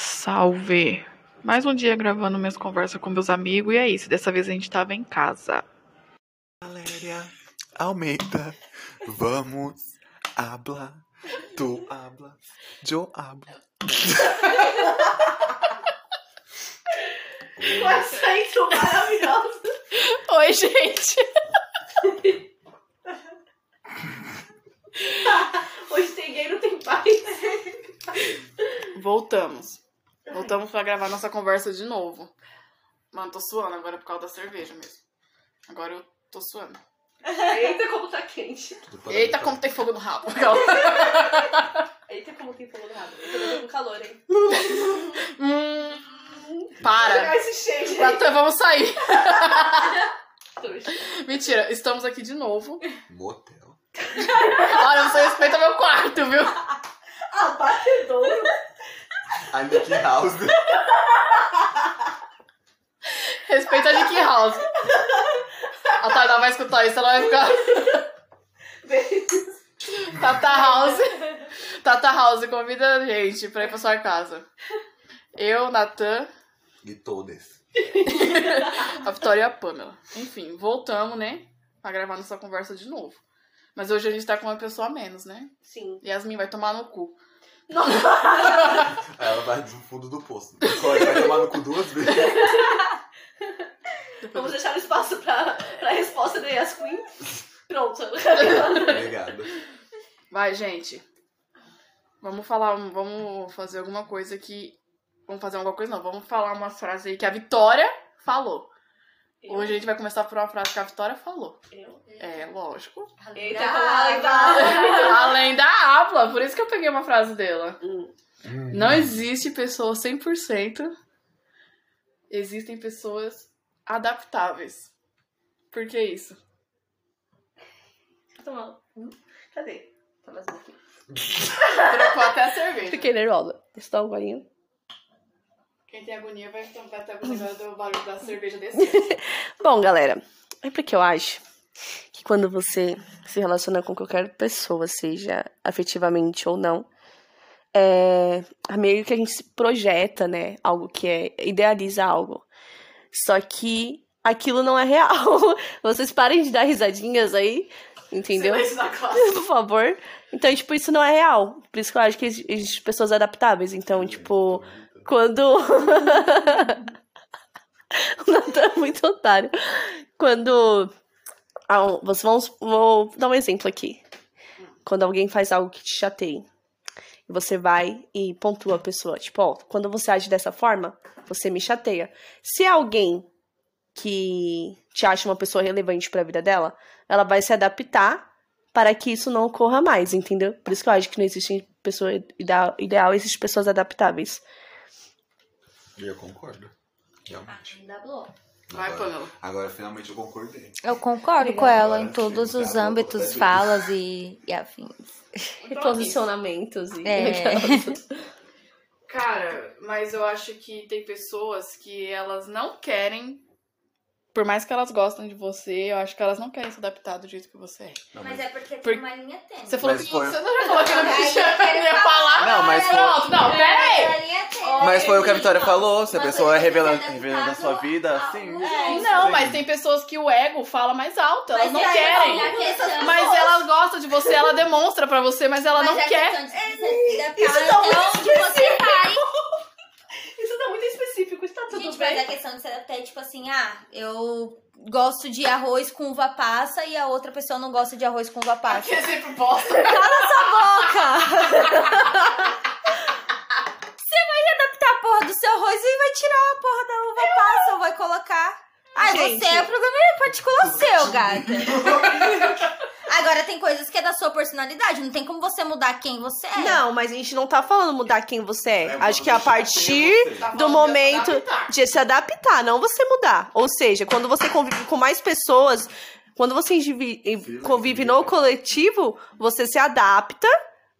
Salve! Mais um dia gravando minhas conversas com meus amigos, e é isso. Dessa vez a gente tava em casa. Valéria Almeida, vamos hablar. Tu hablas, eu hablo. Aceito maravilhoso. Oi, gente. Hoje tem gay, não tem pai. Voltamos. Voltamos pra gravar nossa conversa de novo. Mano, tô suando agora por causa da cerveja mesmo. Agora eu tô suando. Eita, como tá quente. tá tá Eita, como tem fogo no rabo. Eita, como tem fogo no rabo. Eu tô com calor, hein? hum, para. Pegar esse cheiro, gente. Então, vamos sair. Trouxa. Mentira, estamos aqui de novo. Motel. Olha, você respeita meu quarto, viu? Ah, Abatedouro. A Nick House. Respeita a Nick House. A Tainá vai escutar isso, ela vai ficar. Tata House. Tata House convida a gente pra ir pra sua casa. Eu, Natan, E todas. a Vitória e a Pamela. Enfim, voltamos, né? Pra gravar nossa conversa de novo. Mas hoje a gente tá com uma pessoa a menos, né? Sim. Yasmin vai tomar no cu. Aí ela vai do fundo do poço. Corre, vai tomar no cu duas vezes. Vamos deixar um espaço pra, pra resposta da Yas Queen. Pronto. Obrigado. Vai, gente. Vamos falar, um, vamos fazer alguma coisa que. Vamos fazer alguma coisa, não. Vamos falar uma frase aí que a Vitória falou. Hoje a gente vai começar por uma frase que a Vitória falou. Eu. É, lógico. Eita, como ela Além da Abla, por isso que eu peguei uma frase dela. Hum. Não existe pessoa 100%. Existem pessoas adaptáveis. Por que isso? Toma. Hum? Cadê? Tá mais um aqui. Trocou até a cerveja. Fiquei nervosa. Estou um golinho. Quem tem agonia vai tampar até agonia do barulho da cerveja descendo. Bom, galera, é porque eu acho que quando você se relaciona com qualquer pessoa, seja afetivamente ou não, é é meio que a gente se projeta, né? Algo que é. idealiza algo. Só que aquilo não é real. Vocês parem de dar risadinhas aí, entendeu? Silêncio na classe. Por favor. Então, tipo, isso não é real. Por isso que eu acho que exi- existem pessoas adaptáveis. Hum, Então, tipo, quando. o Natan é muito otário. Quando. Ah, um- você vamos, vou dar um exemplo aqui. Quando alguém faz algo que te chateia. Você vai e pontua a pessoa. Tipo, ó, quando você age dessa forma, você me chateia. Se é alguém que te acha uma pessoa relevante pra vida dela, ela vai se adaptar para que isso não ocorra mais, entendeu? Por isso que eu acho que não existe pessoa ideal, ideal existem pessoas adaptáveis. Eu concordo. Realmente. Vai, Agora, Pamela. agora finalmente eu concordei. Eu concordo Obrigada. com ela Agora em sim, todos os obrigado. âmbitos, falas e, e afins. Então, Posicionamentos e. É. assim, Cara, mas eu acho que tem pessoas que elas não querem. Por mais que elas gostem de você, eu acho que elas não querem se adaptar do jeito que você é. Não, Mas é porque Por- tem uma linha tênue. Ah, Você falou Mas que foi- você não já falou que eu não Aí eu quero ia falar. Não, mas foi- Pronto, não, peraí. Tem uma linha tênue. Mas foi o que a Vitória falou, se a Uma pessoa é coisa que então, você revelando, é revelando a adaptável sua vida, a assim. alguns sim. É, Não, mas tem pessoas que o ego fala mais alto, elas Mas não aí, é querem. olha, a questão- Mas elas gostam de você, ela demonstra pra você, mas ela mas é tá- não a quer. É então, questão de você se adaptar até onde você vai. Isso tá muito específico, está tudo Gente, mas bem. a questão de se adaptar é tipo assim, ah, eu gosto de arroz com uva passa e a outra pessoa não gosta de arroz com uva passa. é sempre bosta. Tá Boca! Você vai adaptar a porra do seu arroz e vai tirar a porra da uva passa ou vai colocar. Ai, Gente. você é problema particular seu, gata. Agora tem coisas que é da sua personalidade, não tem como você mudar quem você é. Não, mas a gente não tá falando mudar quem você é. É, Acho que é a você já tem partir você. Tá falando do de momento adaptar. de se adaptar, não você mudar. Ou seja, quando você convive com mais pessoas, quando você indivi- Sim, convive sim. no coletivo, você se adapta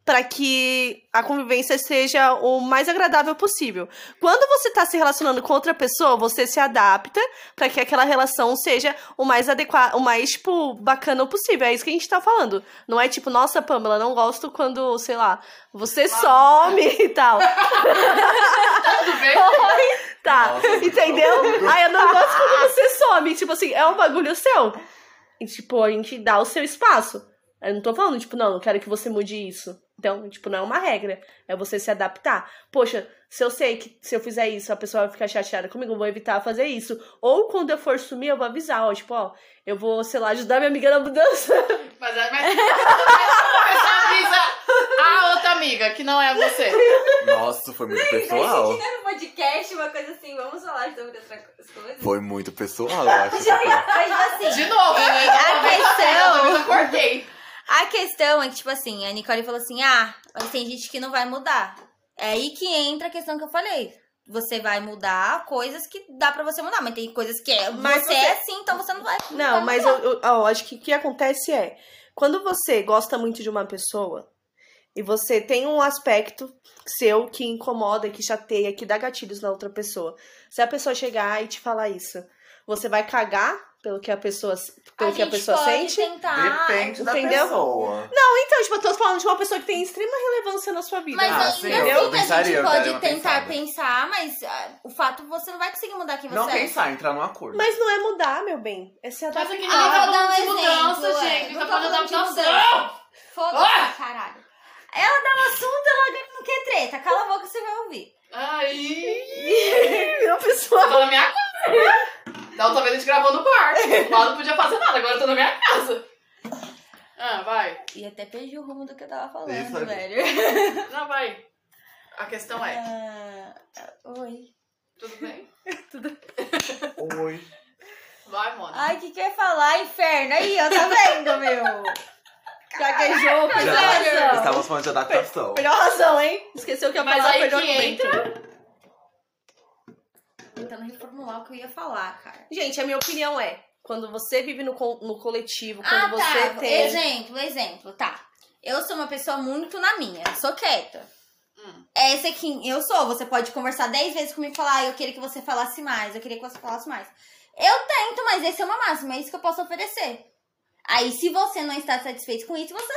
para que a convivência seja o mais agradável possível. Quando você tá se relacionando com outra pessoa, você se adapta para que aquela relação seja o mais adequado, o mais tipo bacana possível. É isso que a gente tá falando. Não é tipo, nossa, Pamela, não gosto quando, sei lá, você some e tal. Tudo bem, Tá, Nossa, entendeu? Aí eu não gosto quando você some. Tipo assim, é um bagulho seu. E, tipo, a gente dá o seu espaço. Eu não tô falando, tipo, não, não quero que você mude isso. Então, tipo, não é uma regra. É você se adaptar. Poxa, se eu sei que se eu fizer isso, a pessoa vai ficar chateada comigo, eu vou evitar fazer isso. Ou quando eu for sumir, eu vou avisar, ó, tipo, ó, eu vou, sei lá, ajudar minha amiga na mudança. Mas, mas, mas você avisa a outra amiga, que não é você. Nossa, foi muito pessoal. Gente, era um podcast, uma coisa assim, vamos falar sobre outra coisa. Foi muito pessoal, eu acho. essa coisa. Mas assim, De novo, né? A questão- Eu cortei. A questão é que, tipo assim, a Nicole falou assim: ah, mas tem gente que não vai mudar. É aí que entra a questão que eu falei. Você vai mudar coisas que dá pra você mudar, mas tem coisas que é, Mas você você- é assim, então você não vai. Não, mas eu, eu- ó, eu acho que o que acontece é, quando você gosta muito de uma pessoa e você tem um aspecto seu que incomoda, que chateia, que dá gatilhos na outra pessoa. Se a pessoa chegar e te falar isso, você vai cagar pelo que a pessoa, pelo que a gente pessoa pode né? sente? tentar. Depende da entendeu? pessoa. Não, então, tipo, eu tô falando de uma pessoa que tem extrema relevância na sua vida. Mas Ah, ainda sim, assim, eu a pensaria, gente eu daria pode uma pensada. tentar pensar, mas ah, o fato você não vai conseguir mudar quem você Não é. pensar, entrar num acordo. Mas não é mudar, meu bem. É se adaptar. Mas aqui Ah, ah, vou dar um tá falando de exemplo, mudança, é. gente. Não Tá tô falando da falando de mudança. Foda-se, Ah! caralho. Ela dá um assunto, ela não quer treta. Cala a boca, você vai ouvir. Aí. Meu pessoal. Eu tô na Tá minha casa. né? Da outra vez a gente gravou no bar. Lá não podia fazer nada, agora eu tô na minha casa. Ah, vai. E até perdi o rumo do que eu tava falando, Isso aí. velho. Não, vai. A questão é, Ah, oi. tudo bem? Oi. Vai, Mona. Ai, que quer falar, inferno? Aí, ó, tá vendo, meu? Gaguejou, Já perdeu a tá- razão. Estávamos falando de adaptação. Perdeu a é razão, hein? Esqueceu o que eu ia Mas falar, aí perdeu o que argumento. entra. Tentando reformular o que eu ia falar, cara. Gente, a minha opinião é, quando você vive no, co- no coletivo, quando ah, você tá. tem. Exemplo, exemplo, tá. Eu sou uma pessoa muito na minha, eu sou quieta. Hum. Essa é quem eu sou. Você pode conversar dez vezes comigo e falar, ah, eu queria que você falasse mais, eu queria que você falasse mais. Eu tento, mas essa é uma máxima, é isso que eu posso oferecer. Aí, se você não está satisfeito com isso, você.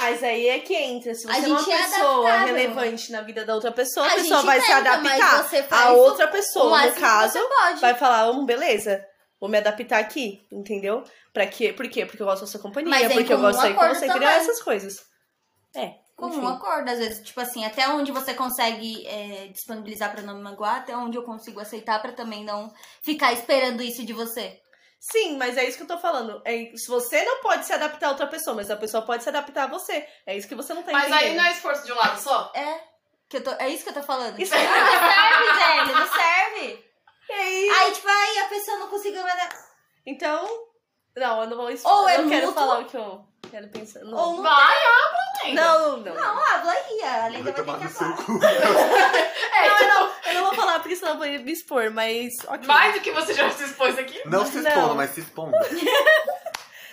Mas aí é que entra. Se A você é uma gente é pessoa adaptável. relevante na vida da outra pessoa, a, A pessoa gente vai se tenta, mas adaptar. você faz A o- outra o pessoa, máximo no que caso, você pode. vai falar, hum, beleza. Vou me adaptar aqui, entendeu? Pra quê? Por quê? Porque eu gosto da sua companhia, Mas é em porque eu comum gosto de sair com acordo você, entendeu? também. Essas coisas. É. Com enfim. um acordo, às vezes, tipo assim, até onde você consegue é, disponibilizar pra não me magoar, até onde eu consigo aceitar pra também não ficar esperando isso de você. Sim, mas é isso que eu tô falando. É, se você não pode se adaptar a outra pessoa, mas a pessoa pode se adaptar a você. É isso que você não tá Mas entendendo. aí não é esforço de um lado só? É. Que eu tô, é isso que eu tô falando. Isso- Não serve, velho, não serve. É isso. Aí, tipo, aí a pessoa não conseguiu me adaptar. Então, não, eu não vou expor. Ou eu é não quero mútuo. falar o que eu quero pensar. Não. Ou não. Vai, abra ainda. Não, não, não. Não, habla aí, a Leda Vai vai ter tomar que no seu falar. cu. É, Não, eu então, não, eu não vou falar porque senão eu vou me expor, mas. ok. mais do que você já se expôs aqui. Não se Não. expondo, mas se expondo.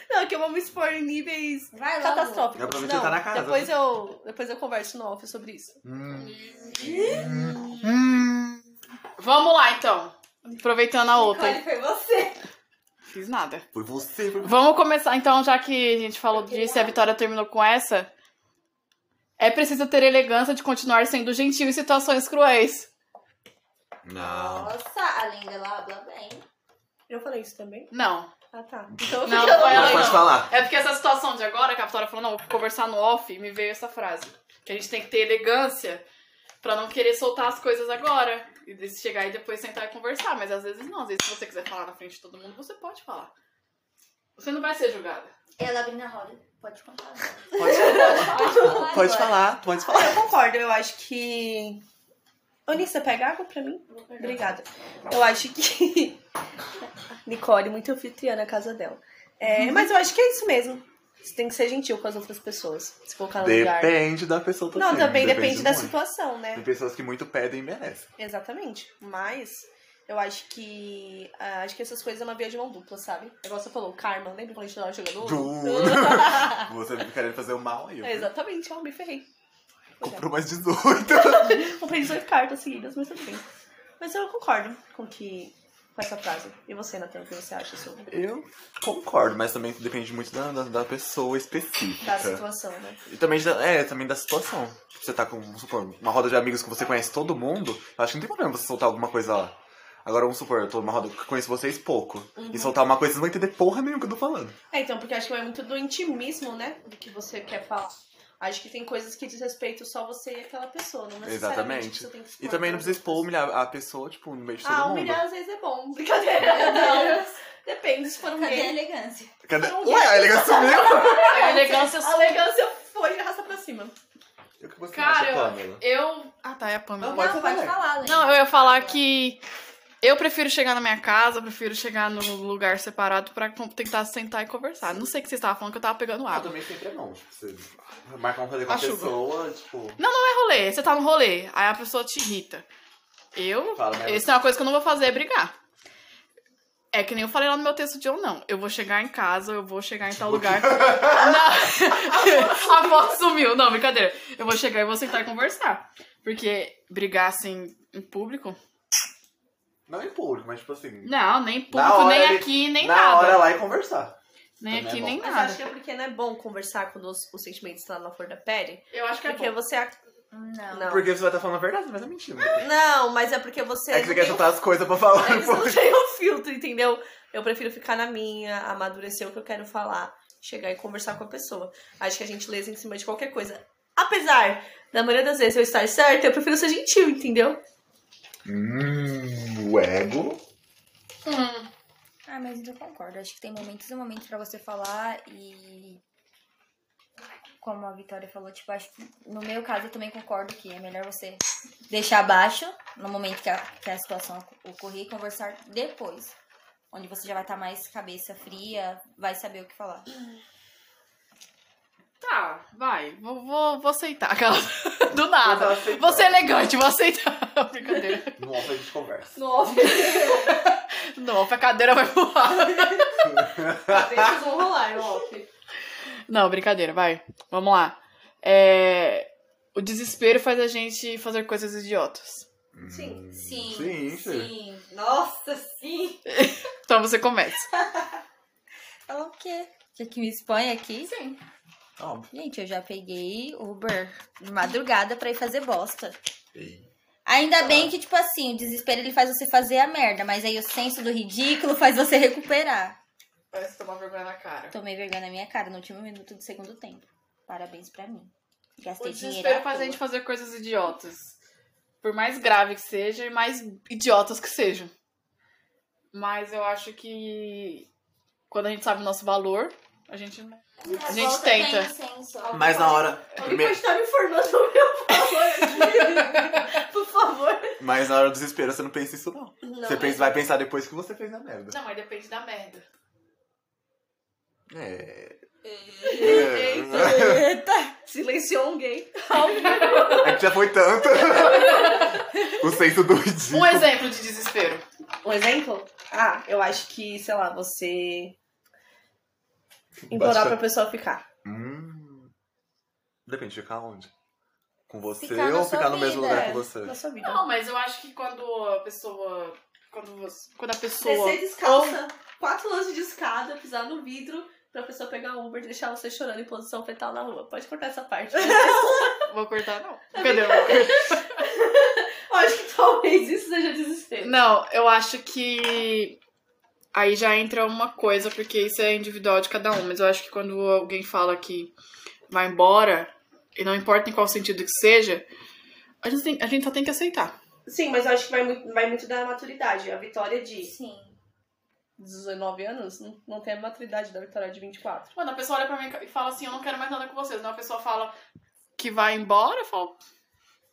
Não, é que eu vou me expor em níveis Vai logo. catastróficos. Eu prometi não, estar tá na casa. né? Depois eu, depois eu converso no off sobre isso. Hum. Hum. Vamos lá, então. Aproveitando a outra. Nicole, foi você. Fiz nada. Foi você, foi Vamos começar, então, já que a gente falou disso e a Vitória terminou com essa. É preciso ter elegância de continuar sendo gentil em situações cruéis. Não. Nossa, a Linda, ela habla bem. Eu falei isso também? Não. Ah, tá. Então eu Não, fico- foi ela Não pode não. falar. É porque essa situação de agora, que a Vitória falou, não, vou conversar no off, me veio essa frase. Que a gente tem que ter elegância pra não querer soltar as coisas agora. E de- chegar e depois sentar e conversar. Mas às vezes não. Às vezes, se você quiser falar na frente de todo mundo, você pode falar. Você não vai ser julgada. Ela abre na roda. Pode contar. Pode falar. Pode falar, pode falar. Eu concordo, eu acho que. Anissa, pega água pra mim? Obrigada. Eu acho que. Nicole, muito anfitriã na casa dela. É, mas eu acho que é isso mesmo. Você tem que ser gentil com as outras pessoas. Se colocar Tá no lugar. Depende da pessoa também. Não, também depende, da muito. situação, né? Tem pessoas que muito pedem e merecem. Exatamente. Mas eu acho que. ah, acho que essas coisas é uma via de mão dupla, sabe? O negócio falou, karma, lembra quando a gente tava jogando? Tudo. Você fica querendo fazer o mal aí. É, Exatamente, ó, me ferrei. é. Comprou mais 18. Comprei 18 cartas seguidas, mas tudo bem. Mas eu concordo com o que com essa frase. E você, Natan, o que você acha sobre? Eu concordo, mas também depende muito da, da, da pessoa específica. Da situação, né? E também da, é, também da situação. Tipo, Você tá com, vamos supor, uma roda de amigos que você conhece todo mundo, eu acho que não tem problema você soltar alguma coisa lá. Agora, vamos supor, eu tô numa roda que eu conheço vocês pouco. E soltar uma coisa, vocês não vão entender porra nenhuma que eu tô falando. É, então, porque acho que vai muito do intimismo, né? Do que você quer falar. Acho que tem coisas que diz respeito só você e aquela pessoa, não necessariamente Exatamente. você tem que expor E também não todas precisa as expor, humilhar a pessoa, tipo, no meio de todo Ah, mundo. humilhar às vezes é bom. Brincadeira. Não. Depende se for um Cadê a gay. elegância? Cadê? Não, Ué, a elegância sumiu! Ah, A elegância A elegância foi de raça pra cima. Eu que você Cara, acha, Pamela? Eu. Ah, tá, é a Pamela. Não, pode não, falar, pode né? falar, Lê. Não, eu ia falar que eu prefiro chegar na minha casa, eu prefiro chegar no lugar separado pra com- tentar sentar e conversar. Não sei o que vocês estavam falando, que eu tava pegando Ah, água. também sempre é bom. Tipo, você marcar um rolê com a A chuva. pessoa, tipo, É rolê, você tá no rolê, aí a pessoa te irrita. Eu. fala, né? Isso é uma coisa que eu não vou fazer, é brigar. É que nem eu falei lá no meu texto de ou não. Eu vou chegar em casa, eu vou chegar em tal Tipo, lugar. Não, a voz sumiu. Não, brincadeira. Eu vou chegar e vou sentar e conversar. Porque brigar assim em público. Não em público, mas tipo assim. Não, nem Na público, hora nem ali- aqui, nem na nada. hora lá e conversar. Nem Também aqui, é bom. Né, nem Mas nada. acho que é porque não é bom conversar quando os, os sentimentos estão na flor da pele. Eu acho Porque você. ac- Não. Não. Porque você vai estar falando a verdade, mas é mentira. Não, mas é porque você. É que você não quer tem o- soltar as coisas pra falar. Eles pô. não têm o filtro, entendeu? Eu prefiro ficar na minha, amadurecer o que eu quero falar, chegar e conversar com a pessoa. Acho que a gentileza é em cima de qualquer coisa. Apesar da maioria das vezes eu estar certa, eu prefiro ser gentil, entendeu? Hum, o ego. Ah, mas eu concordo. Acho que tem momentos e momentos pra você falar e. Como a Vitória falou, tipo, acho que no meu caso eu também concordo que é melhor você deixar abaixo no momento que a, que a situação ocorrer e conversar depois. Onde você já vai estar mais cabeça fria, vai saber o que falar. Tá, vai. Vou, vou, vou aceitar. Aquela... Do Eu nada. tava aceitando. Você é elegante, vou aceitar. Brincadeira. Nossa, a gente conversa. Nossa, Não, a cadeira vai voar. deixa vão rolar, off. Não, brincadeira, vai. Vamos lá. É, O desespero faz a gente fazer coisas idiotas. Hum, Sim. Sim. Sim, sim. Nossa, sim. Então você começa. Falar Então, o quê? Quer que me expõe aqui? Sim. Óbvio. Gente, eu já peguei Uber de madrugada pra ir fazer bosta. Ei. Ainda bem que, tipo assim, o desespero ele faz você fazer a merda, mas aí o senso do ridículo faz você recuperar. Parece tomar vergonha na cara. Tomei vergonha na minha cara no último minuto do segundo tempo. Parabéns pra mim. O Gastei dinheiro. desespero à faz a toa. gente fazer coisas idiotas. Por mais grave que seja e mais idiotas que sejam. Mas eu acho que quando a gente sabe o nosso valor, a gente não. A gente volta tenta. tem senso. Mas na hora. Alguém pode estar tá me informando o meu valor aqui. Por favor. Mas na hora do desespero, você não pensa isso, não. Não, é Você pensa- vai pensar depois que você fez a merda. Não, mas depende da merda. É. Eita. Silenciou um gay. É que já foi tanto. o senso do ridículo. Um exemplo de desespero. Um exemplo? Ah, eu acho que, sei lá, você implorar Basta- pra pessoa ficar. Hum. Depende, ficar onde? Com você Ficar na ou sua ficar no mesmo vida, lugar é. que você? Na sua vida. Não, mas eu acho que quando a pessoa. Quando, você- quando a pessoa. Descer descalça, quatro lances de escada, pisar no vidro pra pessoa pegar o Uber e deixar você chorando em posição fetal na rua. Pode cortar essa parte. Vou cortar, não. Cadê? Eu vou cortar. eu acho que talvez isso seja desespero. Não, eu acho que. Aí já entra uma coisa, porque isso é individual de cada um. Mas eu acho que quando alguém fala que vai embora, e não importa em qual sentido que seja, a gente, tem- a gente só tem que aceitar. Sim, mas eu acho que vai muito, vai muito da maturidade. A vitória de Sim. 19 anos não, não tem a maturidade da vitória de 24. Mano, a pessoa olha pra mim e fala assim: eu não quero mais nada com vocês. Não, a pessoa fala que vai embora, eu falo,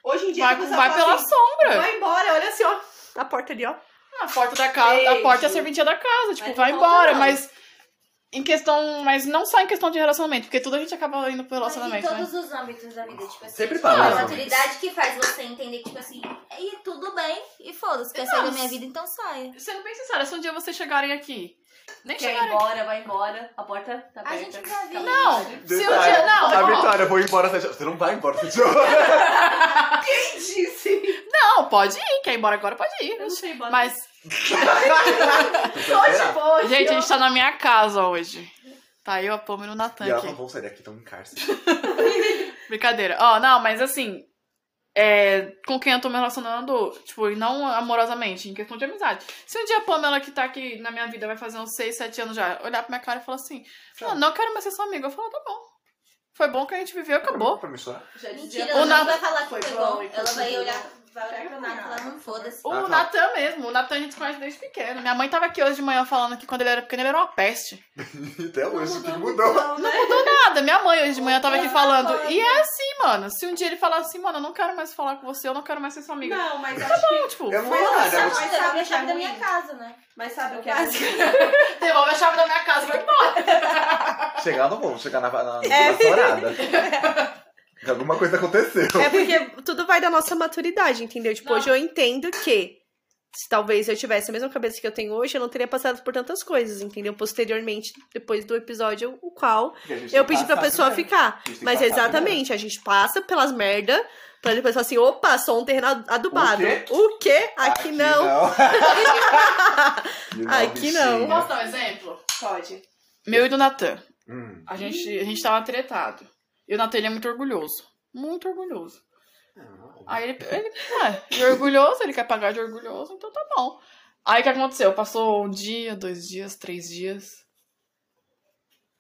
Hoje em dia, vai, se a pessoa vai fala pela assim, sombra. Vai embora, olha assim, ó. A porta ali, ó. A porta da casa, a Beijo. porta é a serventia da casa, tipo, Mas vai não embora, volta, não. mas em questão, mas não só em questão de relacionamento, porque tudo a gente acaba indo pro Em relacionamento, né? todos os âmbitos da vida, tipo assim. Sempre né? tipo, a parece. maturidade que faz você entender que, tipo assim, e tudo bem, e foda-se, quer sair da minha vida, então saia. Sendo bem sincera, se um dia vocês chegarem aqui, nem Quer ir chegarem embora, vai embora. A porta tá aberta. A gente já viu. Não, se um Detalhe, dia, não, A ó, Vitória, eu vou embora sete horas. Você não vai embora sete horas. Disse. não, pode ir. Quer ir embora agora, pode ir. Eu não sei, bora. Mas, Tô de boa. gente, a gente tá na minha casa hoje. Tá eu, a Poma e o Natan E ela aqui. não vão sair daqui, tá um tão em cárcere. Brincadeira. Ó, não, mas assim. é, com quem eu tô me relacionando, tipo, e não amorosamente, em questão de amizade. Se um dia a Pamela que tá aqui na minha vida vai fazer uns 6, 7 anos já, olhar pra minha cara e falar assim: Não, não quero mais ser sua amiga. Eu falo, tá bom. Foi bom que a gente viveu, acabou. Pra me chorar. Já dizia- Mentira, ela O não Nat- vai falar que foi, Foi bom. bom, e Ela vai foi olhar, bom. vai olhar pro Nath e falar, não foda-se. O Ah, tá. Natan mesmo, o Natan a gente conhece desde pequeno. Minha mãe tava aqui hoje de manhã falando que quando ele era pequeno ele era uma peste. Até hoje, o que mudou? Nada, minha mãe hoje de manhã tava aqui Ah, falando. E é assim, mano. Se um dia ele falar assim, mano, eu não quero mais falar com você, eu não quero mais ser sua amiga. Não, mas acho que. Não, tipo, Eu não ia nada. Nossa, eu- mas mas eu sabe abri a que chave é da ruim? minha casa, né? Mas sabe o que é? Quase. devolve a chave da minha casa, vai embora. Chegar eu não vou, chegar na, na, É. na florada. Que Alguma coisa aconteceu. É porque tudo vai da nossa maturidade, entendeu? Tipo, hoje eu entendo que se talvez eu tivesse a mesma cabeça que eu tenho hoje, eu não teria passado por tantas coisas, entendeu? Posteriormente, depois do episódio, o qual Porque a gente tem eu que pedi pra passar pessoa primeiro. ficar. A gente tem que Mas passar exatamente, a gente passa pelas merda pra depois falar assim, opa, só um terreno adubado. O quê? O quê? primeiro. Aqui, não. De novo, Aqui não. bichinho. Posso dar um exemplo? Pode. Meu e do Natan. Hum. A gente, a gente tava tretado. E o Natan, ele é muito orgulhoso. Muito orgulhoso. Aí ele, ele é, ele é orgulhoso, ele quer pagar de orgulhoso, então tá bom. Aí o que aconteceu? Passou um dia, dois dias, três dias.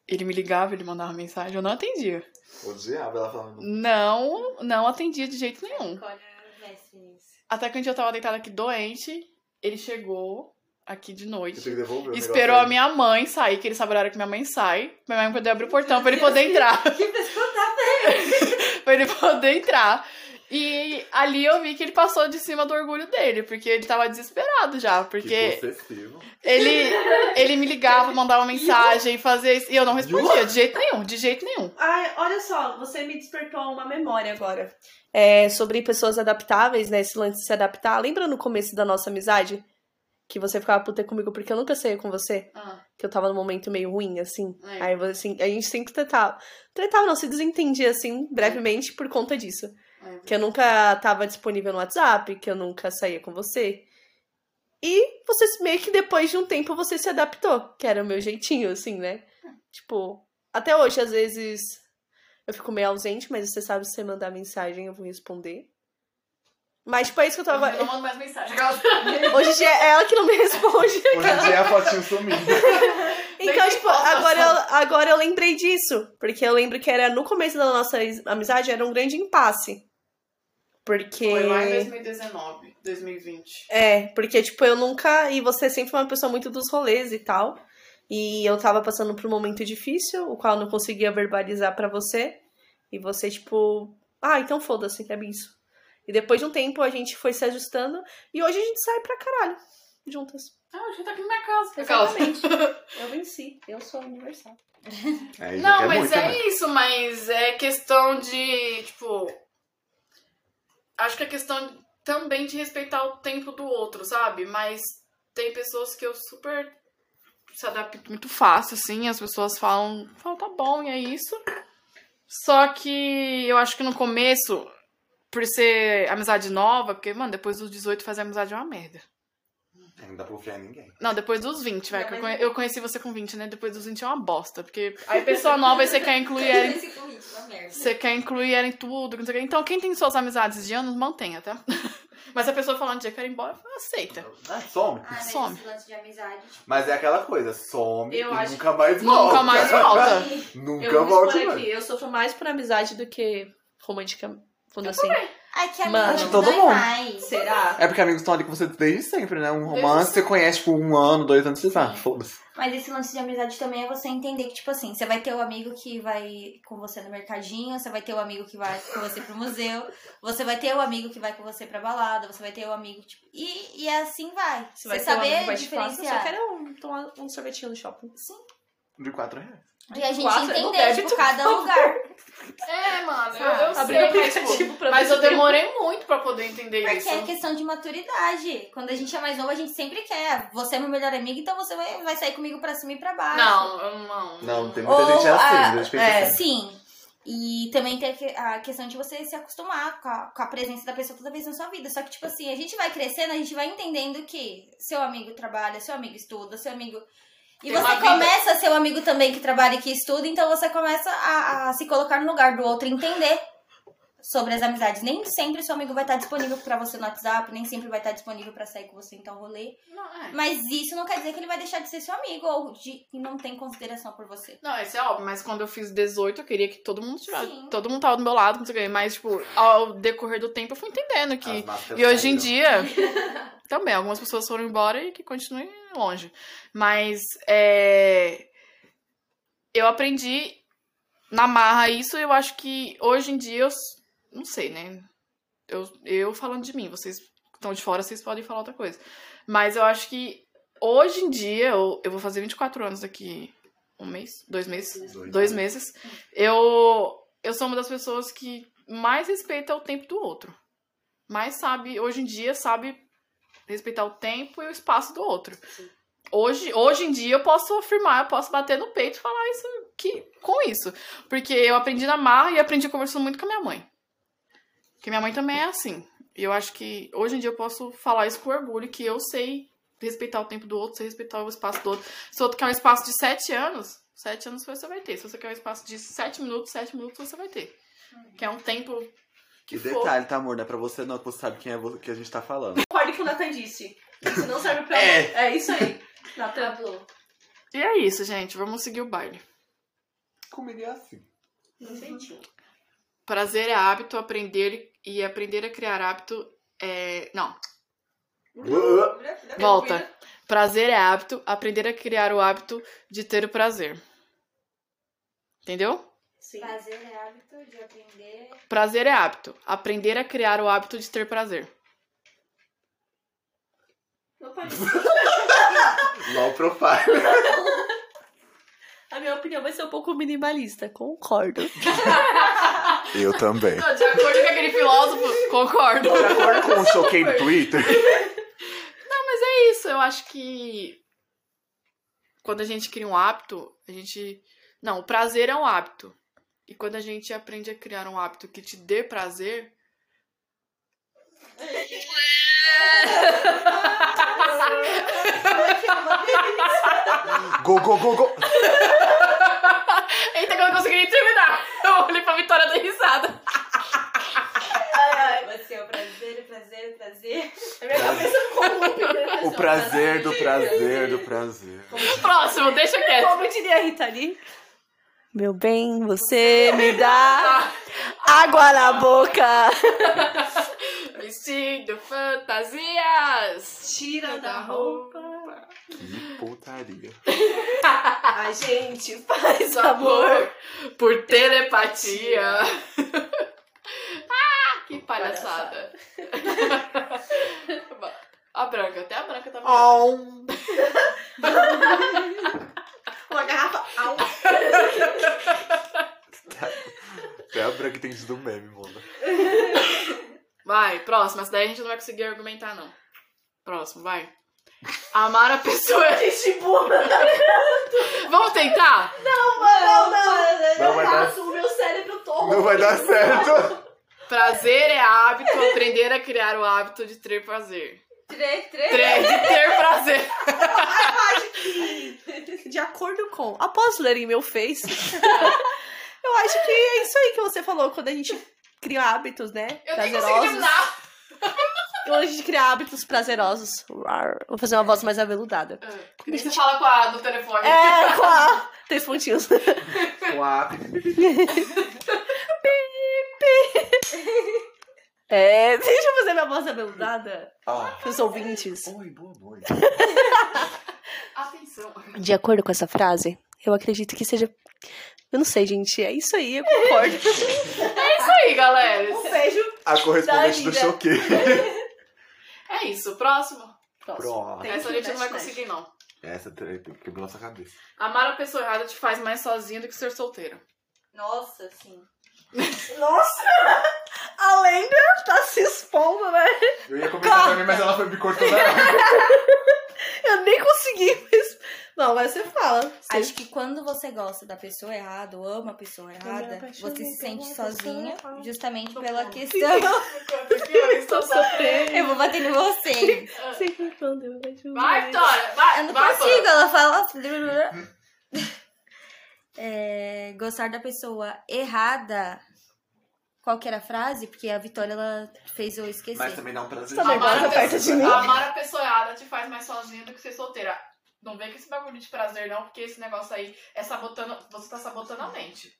Ele me ligava, ele mandava mensagem, eu não atendia. O diabo, ela falando. Não, não atendia de jeito nenhum. Mas Até que um dia eu tava deitada aqui doente, ele chegou aqui de Eu noite. tenho que devolver o Esperou a um negócio minha mãe sair, que ele sabe o horário que minha mãe sai. Minha mãe poder abrir o portão pra ele poder entrar. tá pra ele poder entrar. E ali eu vi que ele passou de cima do orgulho dele, porque ele tava desesperado já. aí. Porque Que possessivo. ele, ele me ligava, mandava mensagem, fazia isso. E eu não respondia, de jeito nenhum, de jeito nenhum. Ai, olha só, você me despertou uma memória agora. É, sobre pessoas adaptáveis, né? Esse lance de se adaptar. Lembra no começo da nossa amizade? Que você ficava puta comigo porque eu nunca saía com você? Que eu tava num momento meio ruim, assim. É. Aí você- assim, a gente sempre tretava. Tretava, não, se desentendia, assim, brevemente por conta disso. é. Que eu nunca tava disponível no WhatsApp, que eu nunca saía com você. E você se- meio que depois de um tempo você se adaptou, que era o meu jeitinho, assim, né? Tipo, até hoje, às vezes, eu fico meio ausente, mas você sabe se você mandar mensagem, eu vou responder. Mas, tipo, é isso que eu Eu tava. não mando mais mensagem. Hoje em dia é ela que não me responde. Hoje em dia é a fotinho sumindo. Bem Então, tipo, resposta, agora eu, agora eu lembrei disso. Porque eu lembro que era no começo da nossa is- amizade, era um grande impasse. Porque. Foi lá em 2019, 2020. É, porque, tipo, eu nunca. E você sempre foi uma pessoa muito dos rolês e tal. E eu tava passando por um momento difícil, o qual eu não conseguia verbalizar pra você. E você, tipo, ah, então foda-se, que é isso. E depois de um tempo a gente foi se ajustando. E hoje a gente sai pra caralho, juntas. Ah, o Ju tá aqui na minha casa. Eu venci, eu sou universal. Aí já Não, quer mas muito, é né? isso, mas é questão de, tipo. Acho que é questão também de respeitar o tempo do outro, sabe? Mas tem pessoas que eu super se adapto muito fácil, assim, as pessoas falam, falam, tá bom, e é isso. Só que eu acho que no começo, por ser amizade nova, porque, mano, depois dos 18 fazer amizade é uma merda. Não dá pra confiar em ninguém. Não, depois dos 20, vai. Não, que eu, mas- é conhe- eu conheci você com 20, né? Depois dos 20 é uma bosta. Porque aí pessoa nova, aí você quer incluir ela em esse convite, uma merda. você quer incluir ela em tudo, que não sei o quê. Então, quem tem suas amizades de anos, mantenha, tá? Mas a pessoa falando, já quero ir embora, aceita. Ah, some. Ah, mas some. esse lance de amizade, tipo, Mas é aquela coisa, some Eu e acho nunca mais volta. Nunca mais tipo, volta. Eu nunca vou volte expor mais. aqui, eu sofro mais por amizade do que romântica. Falando assim. ai, que Mano, amigo, todo dói mundo. mais. Será? É porque amigos estão ali com você desde sempre, né? Um romance você conhece, tipo, um ano, dois anos, você sabe. Foda-se. Mas esse lance de amizade também é você entender que, tipo assim, você vai ter o amigo que vai com você no mercadinho, você vai ter o amigo que vai com você pro museu, você vai ter o amigo que vai com você pra balada, você vai ter o amigo, tipo. E, e assim vai. Você, vai ter um saber amigo que vai te falar, "Nossa, diferenciar. Eu só quero um- tomar um sorvetinho no shopping. De quatro reais. E a gente Quatro, no entender, débito, tipo, cada lugar. É, mano, eu- eu sei, mas, tipo, mas eu demorei muito pra poder entender Porque isso. é questão de maturidade. Quando a gente é mais novo, a gente sempre quer. Você é meu melhor amigo, então você vai, vai sair comigo pra cima e pra baixo. Não, eu não. Não, tem muita gente Ou, assim, ah, a gente pensa é. assim. Sim. E também tem a que- a questão de você se acostumar com a, com a presença da pessoa toda vez na sua vida. Só que, tipo assim, a gente vai crescendo, a gente vai entendendo que seu amigo trabalha, seu amigo estuda, seu amigo. E Tem uma você vida. começa a ser um amigo também que trabalha e que estuda, então você começa a, a se colocar no lugar do outro e entender sobre as amizades. Nem sempre seu amigo vai estar disponível pra você no WhatsApp, nem sempre vai estar disponível pra sair com você em tal rolê. Não, é. Mas isso não quer dizer que ele vai deixar de ser seu amigo ou de que não tem consideração por você. Não, esse é óbvio, mas quando eu fiz 18, eu queria que todo mundo tivesse. Sim. Todo mundo tava do meu lado, não sei o quê. Mas, tipo, ao decorrer do tempo eu fui entendendo que. As máscaras E hoje em caíram. dia, também, algumas pessoas foram embora e que continuem longe. Mas é, eu aprendi na marra isso e eu acho que hoje em dia eu. s- Não sei, né? Eu, eu falando de mim, vocês que estão de fora, vocês podem falar outra coisa. Mas eu acho que hoje em dia, eu, eu vou fazer 24 anos daqui. Um mês? Dois meses? Dois dois meses. meses. Eu, eu sou uma das pessoas que mais respeita o tempo do outro. Mais sabe, hoje em dia, sabe respeitar o tempo e o espaço do outro. Hoje, hoje em dia eu posso afirmar, eu posso bater no peito e falar isso que, com isso. Porque eu aprendi na marra e aprendi conversando muito com a minha mãe. Porque minha mãe também é assim. E eu acho que hoje em dia eu posso falar isso com orgulho, que eu sei respeitar o tempo do outro, sei respeitar o espaço do outro. Se o outro quer um espaço de 7 anos, 7 anos você vai ter. Se você quer um espaço de 7 minutos, 7 minutos você vai ter. Que é um tempo que E for. detalhe, tá, amor? Não é pra você não, que você sabe quem é você, que a gente tá falando. Concordo com o que o Nathan disse. Isso não serve pra. É. é isso aí. Nathan. E é isso, gente. Vamos seguir o baile. Comigo é assim. Prazer é hábito, aprender e aprender a criar hábito é. Não, volta. Prazer é hábito, aprender a criar o hábito de ter o prazer. Entendeu? Sim. Prazer é hábito de aprender. Prazer é hábito, aprender a criar o hábito de ter prazer. Não pode. Low profile. A minha opinião vai ser um pouco minimalista. Concordo. Eu também. De acordo com aquele filósofo, concordo. De acordo com o choquei do Twitter. É isso, eu acho que quando a gente cria um hábito, a gente. Não, o prazer é um hábito. E quando a gente aprende a criar um hábito que te dê prazer. Go, go, go, go. Eita, que eu não consegui nem terminar! Eu olhei pra Vitória da risada. Você é o prazer, o prazer, o prazer. O prazer do prazer do prazer. Próximo, deixa quieto. É. Como diria a Rita ali? Meu bem, você me dá água na boca. Vestido, fantasias! Tira Que putaria. A gente faz amor. por telepatia. ah, que palhaçada. a branca, até a branca tá Oh. Uma garrafa. Au. É a branca que tem sido um meme, mano. Vai, próximo. Essa daí a gente não vai conseguir argumentar, não. Próximo, vai. Amar a pessoa. tipo? Vamos tentar? Não, não. Não vai dar- O meu cérebro todo. Não vai dar certo. Prazer é hábito, aprender a criar o hábito de ter prazer. Tre, tre. Tre- De ter prazer. De acordo com. Após ler em meu face, eu acho que é isso aí que você falou quando a gente cria hábitos, né? Eu nem consegui prazerosos. terminar. Quando a gente cria hábitos prazerosos. Rar. Vou fazer uma voz mais aveludada. Ah, que nem Você fala com a no telefone. É, com a... Três pontinhos. Uau. É, deixa eu fazer minha voz aveludada Ah. pros ouvintes. Oi, boa noite. Atenção. De acordo com essa frase, eu acredito que seja... Eu não sei, gente. É isso aí, eu concordo. É isso aí, galera. Um beijo. A correspondente do Dalida. choquei. É isso. Próximo. Pronto. Tem Essa a que gente não vai mexe, mexe. conseguir, não. Essa treta quebrou nossa cabeça. Amar a pessoa errada te faz mais sozinho do que ser solteiro. Nossa, sim. Nossa! A lenda tá se expondo, né? Eu ia comentar também, mas ela foi me cortando. Eu nem consegui, mas. Não, agora você fala. Você- Sim. Acho que quando você gosta da pessoa errada, ou ama a pessoa errada, apaixonei você se pela sente pessoa sozinha errada. justamente Tô pela bom. questão. Estou sofrendo. Eu vou bater em você. Sempre quando eu vejo Vai, mais. Vitória! Vai, Eu não vai, consigo, ela fala. É, gostar da pessoa errada. Qual que era a frase? Porque a Vitória ela fez eu esquecer. Mas também dá um prazer. Tá nervosa Amar a perto pessoa- de mim? Amar a pessoada te faz mais sozinha do que ser solteira. Não vem com esse bagulho de prazer, não, porque esse negócio aí é sabotando. Você tá sabotando a mente.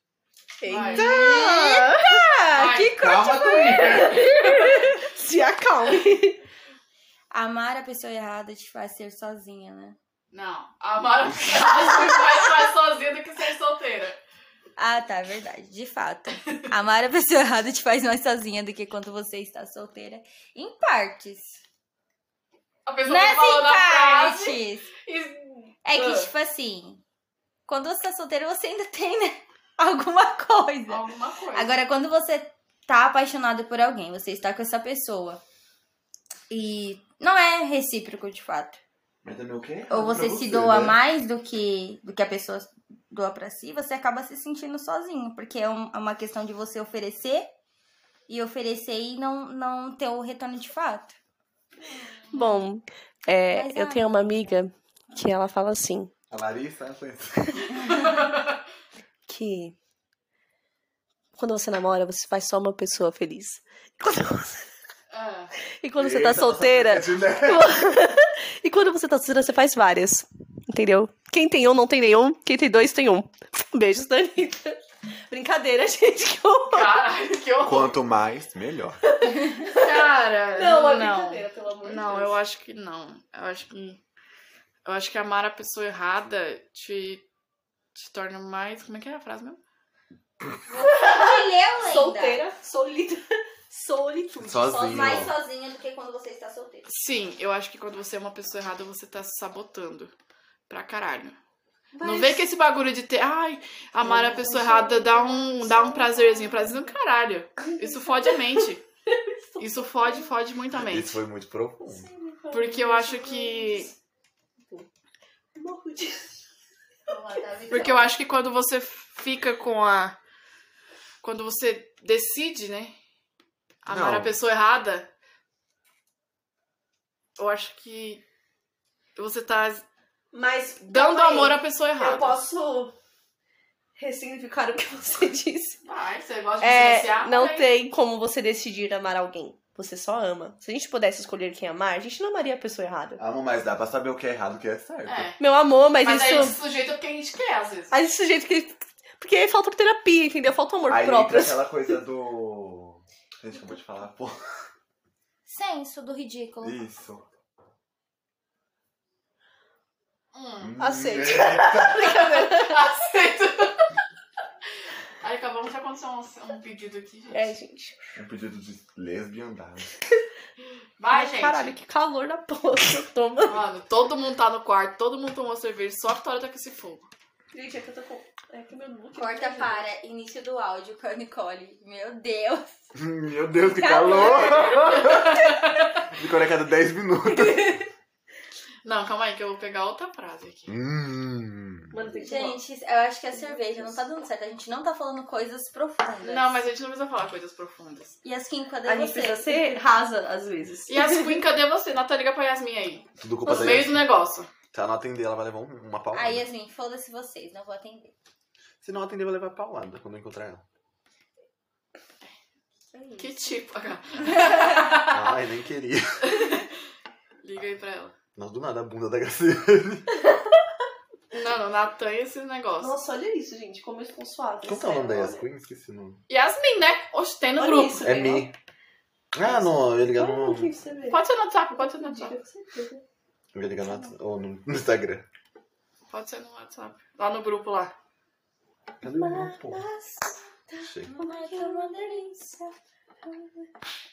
Vai. Eita! Eita! Vai. Que Calma, Twitter. co- Se acalme. Amar a pessoa errada te faz ser sozinha, né? Não. Amar a pessoa te faz mais sozinha do que ser solteira. Ah, tá, é verdade. De fato. Amar a pessoa errada te faz mais sozinha do que quando você está solteira. Em partes. A pessoa Não é tá falando a assim, frase partes. e. É que, Ah. tipo assim, quando você tá solteiro, você ainda tem, né? Alguma coisa. Alguma coisa. Agora, quando você tá apaixonado por alguém, você está com essa pessoa e não é recíproco de fato. Mas também o quê? Ou Pra você se né? doa mais do que, do que a pessoa doa pra si, você acaba se sentindo sozinho, porque é um- é uma questão de você oferecer e oferecer e não, não ter o retorno de fato. Bom, é, Mas, eu ah. tenho uma amiga que ela fala assim, A Larissa, ela conhece. que quando você namora, você faz só uma pessoa feliz. E quando, Ah, e quando você Eita, tá nossa solteira, vida de nerd. e quando você tá solteira, você faz várias. Entendeu? Quem tem um, não tem nenhum. Quem tem dois, tem um. Beijos, Danita. Brincadeira, gente. Que eu... caralho, que horror. Quanto mais, melhor. Cara. é não. brincadeira, pelo amor de Não, Deus. eu acho que não. Eu acho que. Eu acho que amar a pessoa errada te. te torna mais. Como é que é a frase mesmo? Olha, eu Solteira, solida, solitude. Sozinho. Mais sozinha do que quando você está solteira. Sim, eu acho que quando você é uma pessoa errada, você tá se sabotando. Pra caralho. Não vem é com esse bagulho de ter. Ai, amar a pessoa errada dá um, dá um prazerzinho. Prazerzinho, caralho. Isso fode a mente. Isso fode, fode muito a Isso mente. foi muito assim, profundo. um Porque eu acho que. tá Porque eu acho que quando você fica com a. Quando você decide, né? Amar Não. a pessoa errada. Eu acho que. Você tá Mas dando calma aí, amor à pessoa errada. Eu posso ressignificar o que você disse. Vai, você gosta É, não tem como você decidir amar alguém. Você só ama. Se a gente pudesse escolher quem amar, a gente não amaria a pessoa errada. Amo, mas dá pra saber o que é errado e o que é certo. É. Meu amor, mas, Mas, aí isso. se sujeita porque a gente quer, às vezes. Mas isso é o jeito que. Porque falta terapia, entendeu? Falta amor Aí próprio. entra aquela coisa do... A gente acabou de falar, pô. Senso do ridículo. Isso. Hum, Aceito. Eita. aceito. aí acabamos de acontecer um, um pedido aqui, gente. É, gente. Um pedido de lesbiandade. Vai, Ai, gente. Caralho, que calor da porra que eu tô, mano. Mano, todo mundo tá no quarto, todo mundo tomou cerveja, só a Vitória tá com esse fogo. Gente, é que eu tô com. É que meu look. Corta para início do áudio com a Nicole. Meu Deus. Meu Deus, que calor! Ficou na cada 10 minutos. Não, calma aí, que eu vou pegar outra frase aqui. Hum. Mano, Tipo, tem que Gente, eu acho que a cerveja não tá dando certo. A gente não tá falando coisas Hum. profundas. Não, mas a gente não precisa falar coisas profundas. E as Kim, cadê tomar. A gente você? precisa ser rasa às vezes. E as Queen, cadê você? Natan, liga pra Yasmin aí. Tudo culpa No da meio Yasmin. do negócio. Se ela não atender, ela vai levar um- uma paulada. Aí, é- Yasmin, foda-se vocês, não vou atender. Se não atender, vai levar paulada quando eu encontrar ela. Que tipo, cara. Ai, nem queria. Liga aí pra ela. Não, do nada, a bunda da Graciela. Não, não, Natan e esses negócios. Nossa, olha isso, gente. Como eu estou suave. Qual que é o nome da Sério, Yas olha. Queen? Esqueci o nome. Yasmin, né? Hoje tem no Olha grupo. isso, É legal. Mi. Ah, não, eu ia ligar no... Olha aqui pra você ver. Pode ser no WhatsApp, pode ser no WhatsApp. Eu ia ligar no, Whats- ou no no Instagram. Pode ser no WhatsApp. Lá no grupo lá. Cadê o meu, pô? Chega.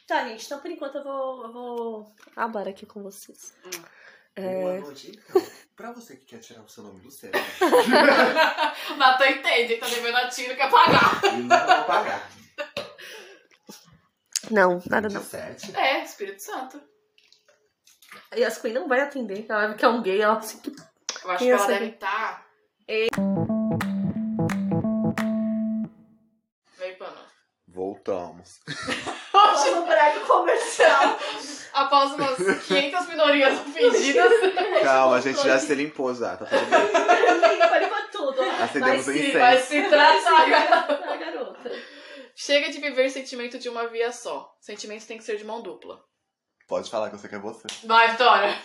Tá, gente, então por enquanto eu vou, eu vou abar aqui com vocês. Hum. É, Boa noite, então. Pra você que quer tirar o seu nome do céu, O Natan entende, ele tá devendo a tiro que é pagar. e não vou pagar. Não, nada não. 17. É, Espírito Santo. E as Queen não vai atender, ela vai que é um gay, ela assim, que Eu acho Quem que ela recebe? deve estar. Tá... Meio pano. Voltamos. Hoje no break comercial. após umas 500 minorias ofendidas. Calma, a gente já se limpou já, tá tudo bem. Limpa tudo. Acendemos o se- incenso. vai se tratar, garota. A garota. Chega de viver sentimento de uma via só. Sentimento tem que ser de mão dupla. Pode falar que eu sei que é você. Vai, Vitória.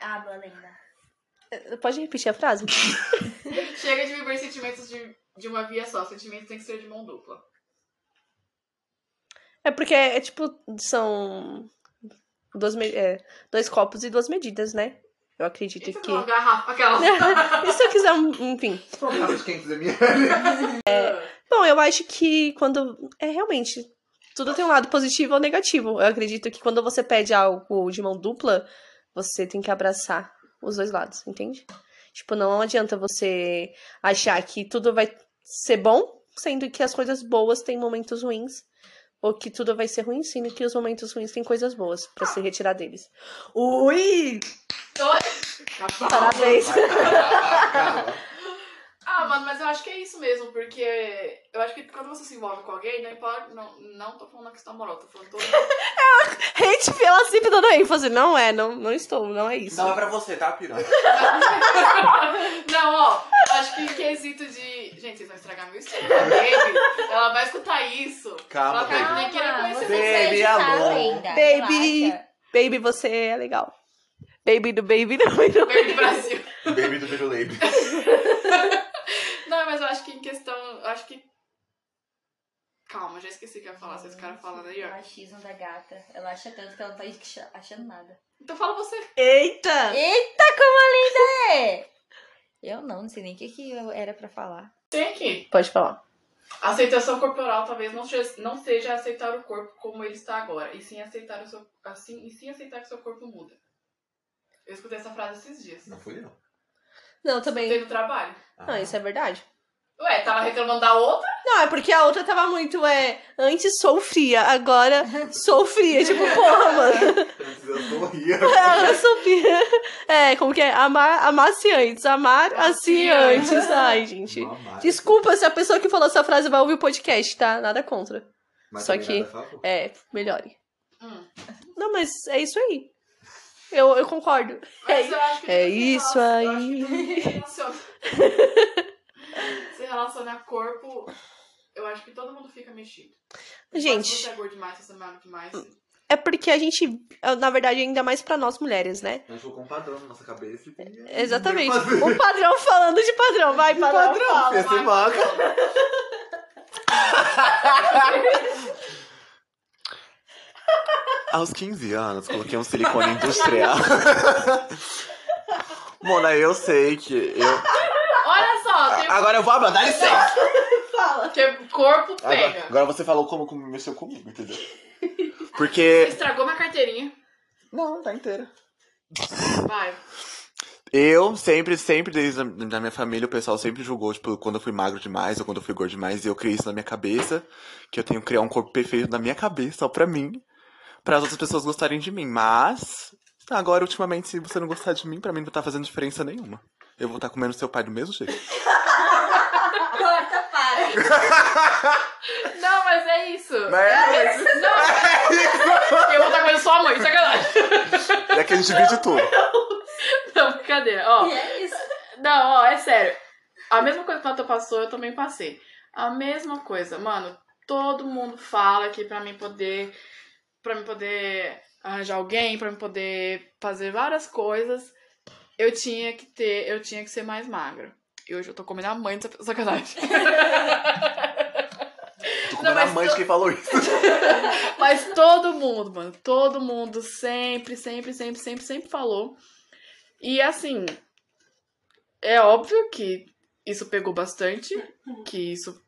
Ah, boa lenda. Pode repetir a frase? Chega de viver sentimentos de, de uma via só. Sentimentos tem que ser de mão dupla. É porque é tipo, são duas me- é, dois copos e duas medidas, né? Eu acredito Isso que. é uma garrafa, aquela. e se eu quiser um. Enfim. Problema de 500ml. Bom, eu acho que quando. É realmente. Tudo tem um lado positivo ou negativo. Eu acredito que quando você pede algo de mão dupla, você tem que abraçar os dois lados, entende? Tipo, não adianta você achar que tudo vai ser bom, sendo que as coisas boas têm momentos ruins. Ou que tudo vai ser ruim, sendo que os momentos ruins têm coisas boas pra se retirar deles. Ui! Parabéns! Ah, mano, mas eu acho que é isso mesmo, porque eu acho que quando você se envolve com alguém, não importa. Não, não tô falando na questão moral, tô falando todo. Gente, ela sempre dando ênfase. Não é, não, não estou, não é isso. Não é pra você, tá, piranha? não, ó, eu acho que em quesito de. Gente, vocês vão estragar meu estilo, tá, baby? Ela vai escutar isso. Calma, Ela vai baby. Tá nem querer Calma, conhecer você Baby, precisa editar a alô. lenda, Baby. relaxa. Baby, você é legal. Baby do baby do baby do Baby Brasil. Baby do Baby Lady. Não, mas eu acho que em questão. Eu acho que. Calma, já esqueci o que eu ia falar, vocês ficaram falando aí, O ó. machismo da gata. Ela acha tanto que ela não tá acha- achando nada. Então fala você. Eita! Eita, como a linda é! Eu não, não sei nem o que, que eu era pra falar. Tem aqui. Pode falar. Aceitação corporal talvez não seja, não seja aceitar o corpo como ele está agora, e sim aceitar o seu. Assim, e sim aceitar que seu corpo muda. Eu escutei essa frase esses dias. Não Ah. fui eu. Não, Escutei também. no trabalho. Não, isso é verdade. Ué, tava reclamando da outra? Não, é porque a outra tava muito, é, antes sou fria, agora sou fria. Tipo, porra, mano. Eu sorria. Ela subia. É, como que é? Amar, amar-se antes. Amar assim antes. Ai, gente. Desculpa se a pessoa que falou essa frase vai ouvir o podcast, tá? Nada contra. só que- É, melhore. Hum. Não, mas é isso aí. Eu, eu concordo. Mas eu acho que É tudo se isso relaciona- eu aí. acho que tudo se relaciona. Se relaciona a corpo, eu acho que todo mundo fica mexido. Gente. Se você é gordo demais, se você é magro demais. É porque a gente, é, na verdade, ainda mais pra nós mulheres, né? A gente colocou um padrão na nossa cabeça. Exatamente. O padrão falando de padrão. Vai, padrão. Padrão, ia ser magra. Aos 15 anos, coloquei um silicone industrial. Mona, eu sei que eu. Olha só, Ah, tem um Agora eu vou abrir, dá licença! Porque corpo Agora, pega. agora você falou como, como mexeu comigo, entendeu? Porque. Estragou minha carteirinha. Não, tá inteira. Um Vai. Eu sempre, sempre, desde a, da minha família, o pessoal sempre julgou, tipo, quando eu fui magro demais ou quando eu fui gordo demais, e eu criei isso na minha cabeça, que eu tenho que criar um corpo perfeito na minha cabeça, só pra mim, para as outras pessoas gostarem de mim. Mas, agora, ultimamente, se você não gostar de mim, pra mim não tá fazendo diferença nenhuma. Eu vou estar comendo seu pai do mesmo jeito. Corta, para. Não, mas é isso. É Mas, Eu vou tá estar comendo sua mãe, sacanagem. é que a gente divide tudo. Não, brincadeira. Ó, E é isso. não, ó, é sério. A mesma coisa que a Nata passou, eu também passei. A mesma coisa, mano. Todo mundo fala que pra mim poder. Pra mim poder arranjar alguém, pra mim poder fazer várias coisas, eu tinha que ter. Eu tinha que ser mais magra. E hoje eu tô comendo a mãe dessa sacanagem. Tô comendo a mas mãe tu- de quem falou isso. Mas todo mundo, mano, todo mundo sempre, sempre, sempre, sempre, sempre falou. E assim, é óbvio que isso pegou bastante, que isso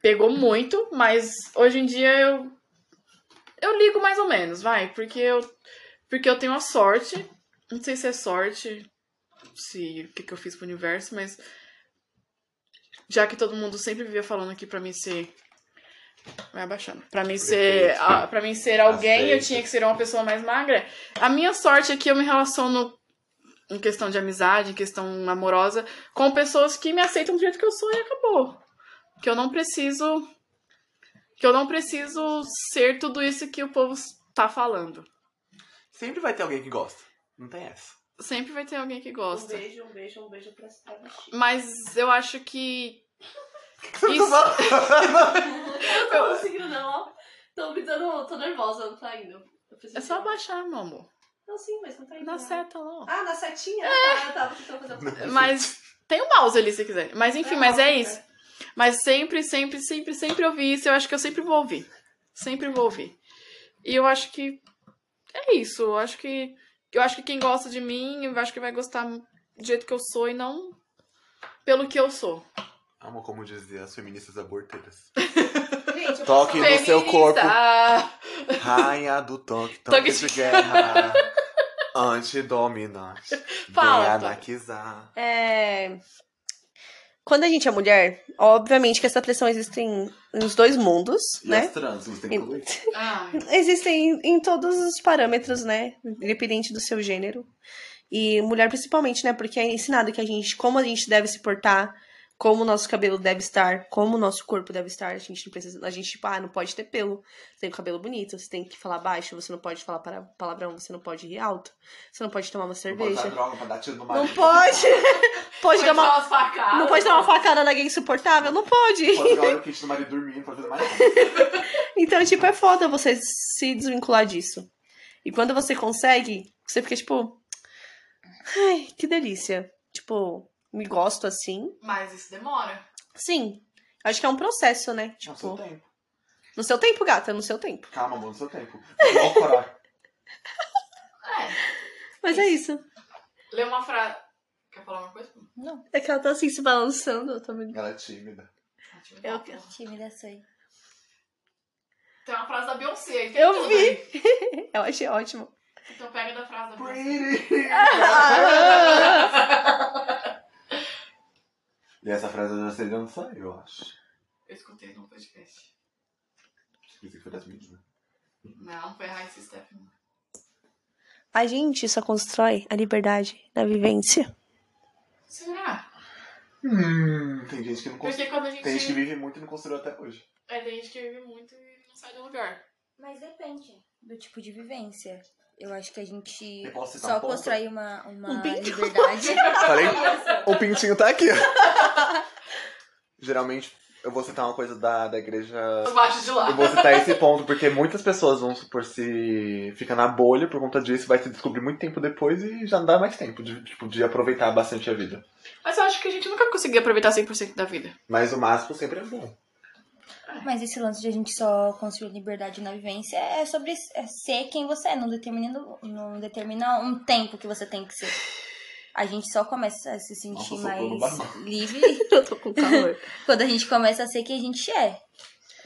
pegou muito, mas hoje em dia eu eu ligo mais ou menos, vai, porque eu porque eu tenho a sorte, não sei se é sorte, se o que que eu fiz pro universo, mas já que todo mundo sempre vivia falando que pra mim ser vai abaixando. Pra mim ser, Perfeito. a, para mim ser alguém, eu Aceita. tinha que ser uma pessoa mais magra. A minha sorte é que eu me relaciono em questão de amizade, em questão amorosa, com pessoas que me aceitam do jeito que eu sou e acabou. Que eu não preciso. Que eu não preciso ser tudo isso que o povo tá falando. Sempre vai ter alguém que gosta. Não tem essa. Sempre vai ter alguém que Um gosta. beijo, um beijo, um beijo pra essa travesti. Mas eu acho que. Tô Isso, falando- Eu não tô conseguindo, não, ó. Tô me dando. tô nervosa, não tá indo. Eu preciso é só tirar. abaixar, meu amor. Não, sim, mas não tá indo. Na não. seta lá. ó. Ah, na setinha? Ah, tá, eu tava tentando fazer uma- Mas tem o mouse ali se quiser. Mas enfim, É, mas é né? isso. Mas sempre, sempre, sempre, sempre ouvi isso. Eu acho que eu sempre vou ouvir. Sempre vou ouvir. E eu acho que é isso. Eu acho que eu acho que quem gosta de mim, eu acho que vai gostar do jeito que eu sou e não pelo que eu sou. Amo como dizer as feministas aborteiras. Gente, eu Toque posso- no seu corpo. Ah, Rainha do toque, Toque toque de guerra. Antidominante. Vem Falta. anarquizar. É... Quando a gente é mulher, obviamente que essa pressão existe em, nos dois mundos, E né? as trans, não tem que colocar. Ah, ai. Existem em todos os parâmetros, né? Independente do seu gênero. E mulher principalmente, né? Porque é ensinado que a gente, como a gente deve se portar, como o nosso cabelo deve estar, como o nosso corpo deve estar. A gente não precisa. A gente, tipo, ah, não pode ter pelo. Você tem o cabelo bonito, você tem que falar baixo, você não pode falar para- palavrão, você não pode rir alto, você não pode tomar uma Não pode usar cerveja. droga pra dar tiro no Não marido. pode! pode dar uma umas facadas. não pode dar uma facada na gay insuportável? Não Não Pode pode. jogar o kit do marido dormindo, não pode fazer mais nada. Então, tipo, é foda você se desvincular disso. E quando você consegue, você fica tipo. Ai, que delícia. Tipo, me gosto assim. Mas isso demora. Sim. Acho que é um processo, né? No seu Tipo, tempo. no seu tempo, gata, no seu tempo. Calma, amor, no seu tempo. Igual o Coró. É. Mas é isso. Lê uma frase. Quer falar uma coisa? É que ela tá assim se balançando, eu tô me- Ela é tímida. Eu- Tímida sou eu. Tem uma frase da Beyoncé. tem Eu tudo vi! aí. eu achei ótimo. Então pega da frase da Pretty. E essa frase eu já sei de onde saiu, eu acho. Eu escutei no podcast. Isso aqui foi das mídias, né? Não, foi Raíssa Stephanie. A gente só constrói a liberdade na vivência. Será? Hum, tem gente que não construiu. Porque quando a gente. Tem gente que vive muito e não construiu até hoje. É, tem gente que vive muito e não sai do lugar. Mas depende do tipo de vivência. Eu acho que a gente Eu posso citar só um ponto? constrói uma, uma Um pinto. liberdade. Falei? O pintinho tá aqui. Geralmente, eu vou citar uma coisa da, da igreja. Os baixos de lá. Eu vou citar esse ponto, porque muitas pessoas vão supor se fica na bolha por conta disso, vai se descobrir muito tempo depois e já não dá mais tempo de, tipo, de aproveitar bastante a vida. Mas eu acho que a gente nunca conseguiu aproveitar 100% da vida. Mas o máximo sempre é bom. Mas esse lance de a gente só construir liberdade na vivência é sobre é ser quem você é, não determina, não determina um tempo que você tem que ser. A gente só começa a se sentir Nossa, soprou no mais barulho. livre Eu tô com calor. quando a gente começa a ser quem a gente é.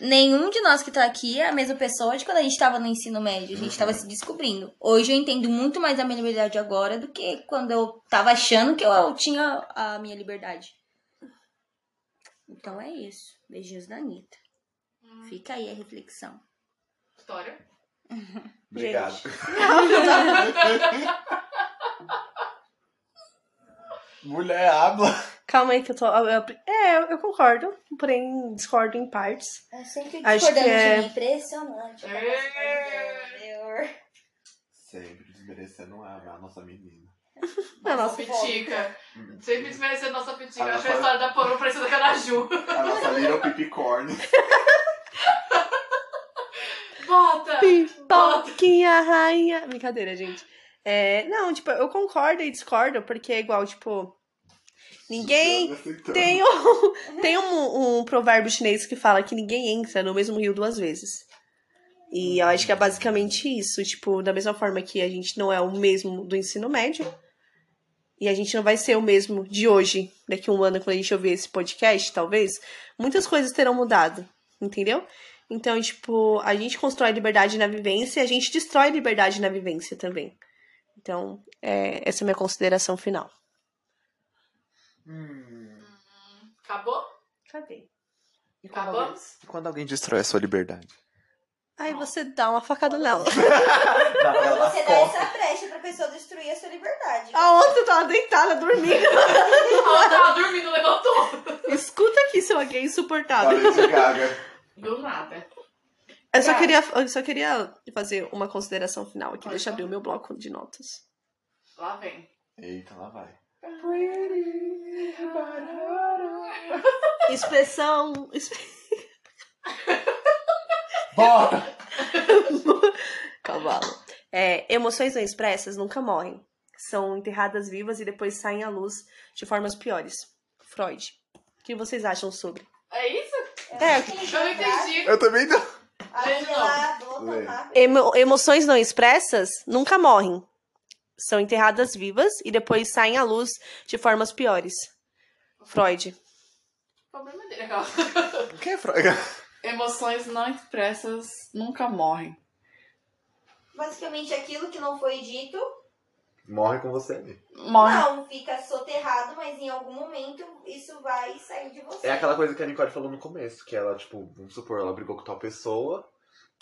Nenhum de nós que tá aqui é a mesma pessoa de quando a gente tava no ensino médio. A gente tava Uhum. se descobrindo. Hoje eu entendo muito mais a minha liberdade agora do que quando eu tava achando que eu tinha a minha liberdade. Então é isso. Beijinhos da Anitta. Fica aí a reflexão. História. Obrigado. Mulher habla. Calma aí que eu tô. eu- eu- é, eu concordo, porém discordo em partes. É sempre Acho discordando que de é- mim. Impressionante. É. Sempre desmerecendo a, a nossa menina. nossa Não, nossa, pitica. Sempre desmerecendo nossa pitica. Ah, Eu Achei a foi- história da Poro parecida com a da Ju. A nossa little pipicorn. Bota! Pipoquinha, rainha. Brincadeira, gente. É, não, tipo, eu concordo e discordo, porque é igual, tipo. Ninguém então. tem um, tem um, um provérbio chinês que fala que ninguém entra no mesmo rio duas vezes. E eu acho que é basicamente isso. Tipo, da mesma forma que a gente não é o mesmo do ensino médio. E a gente não vai ser o mesmo de hoje, daqui a um ano, quando a gente ouvir esse podcast, talvez. Muitas coisas terão mudado, entendeu? Então, tipo, a gente constrói liberdade na vivência e a gente destrói liberdade na vivência também. Então, é, essa é a minha consideração final. Hum, Acabou? Cadê? e quando alguém- Acabamos? e quando alguém destrói a sua liberdade? Aí você dá uma facada nela. Dá pra ela Você dá corta. essa brecha pra pessoa destruir a sua liberdade. verdade. A outra tava deitada, dormindo. Ela tava dormindo, levantou. Escuta aqui, seu gay insuportável. Olha de Gaga. Do nada. Eu só, Gaga. queria, eu só queria fazer uma consideração final aqui. Pode Deixa falar. eu abrir o meu bloco de notas. Lá vem. Eita, lá vai. Expressão. exp- Bora! Cavalo. É, emoções não expressas nunca morrem. São enterradas vivas e depois saem à luz de formas piores. Freud. O que vocês acham sobre? É isso? É, Eu não entendi. Eu também não. Abre lá, a boca, Lê. tá? Emo- emoções não expressas nunca morrem. São enterradas vivas e depois saem à luz de formas piores. Freud. O problema dele é que Quem é Fraga? Emoções não expressas nunca morrem. Basicamente aquilo que não foi dito. Morre com você ali. Morrem. Não, fica soterrado, mas em algum momento isso vai sair de você. É aquela coisa que a Nicole falou no começo, que ela, tipo, vamos supor, ela brigou com tal pessoa,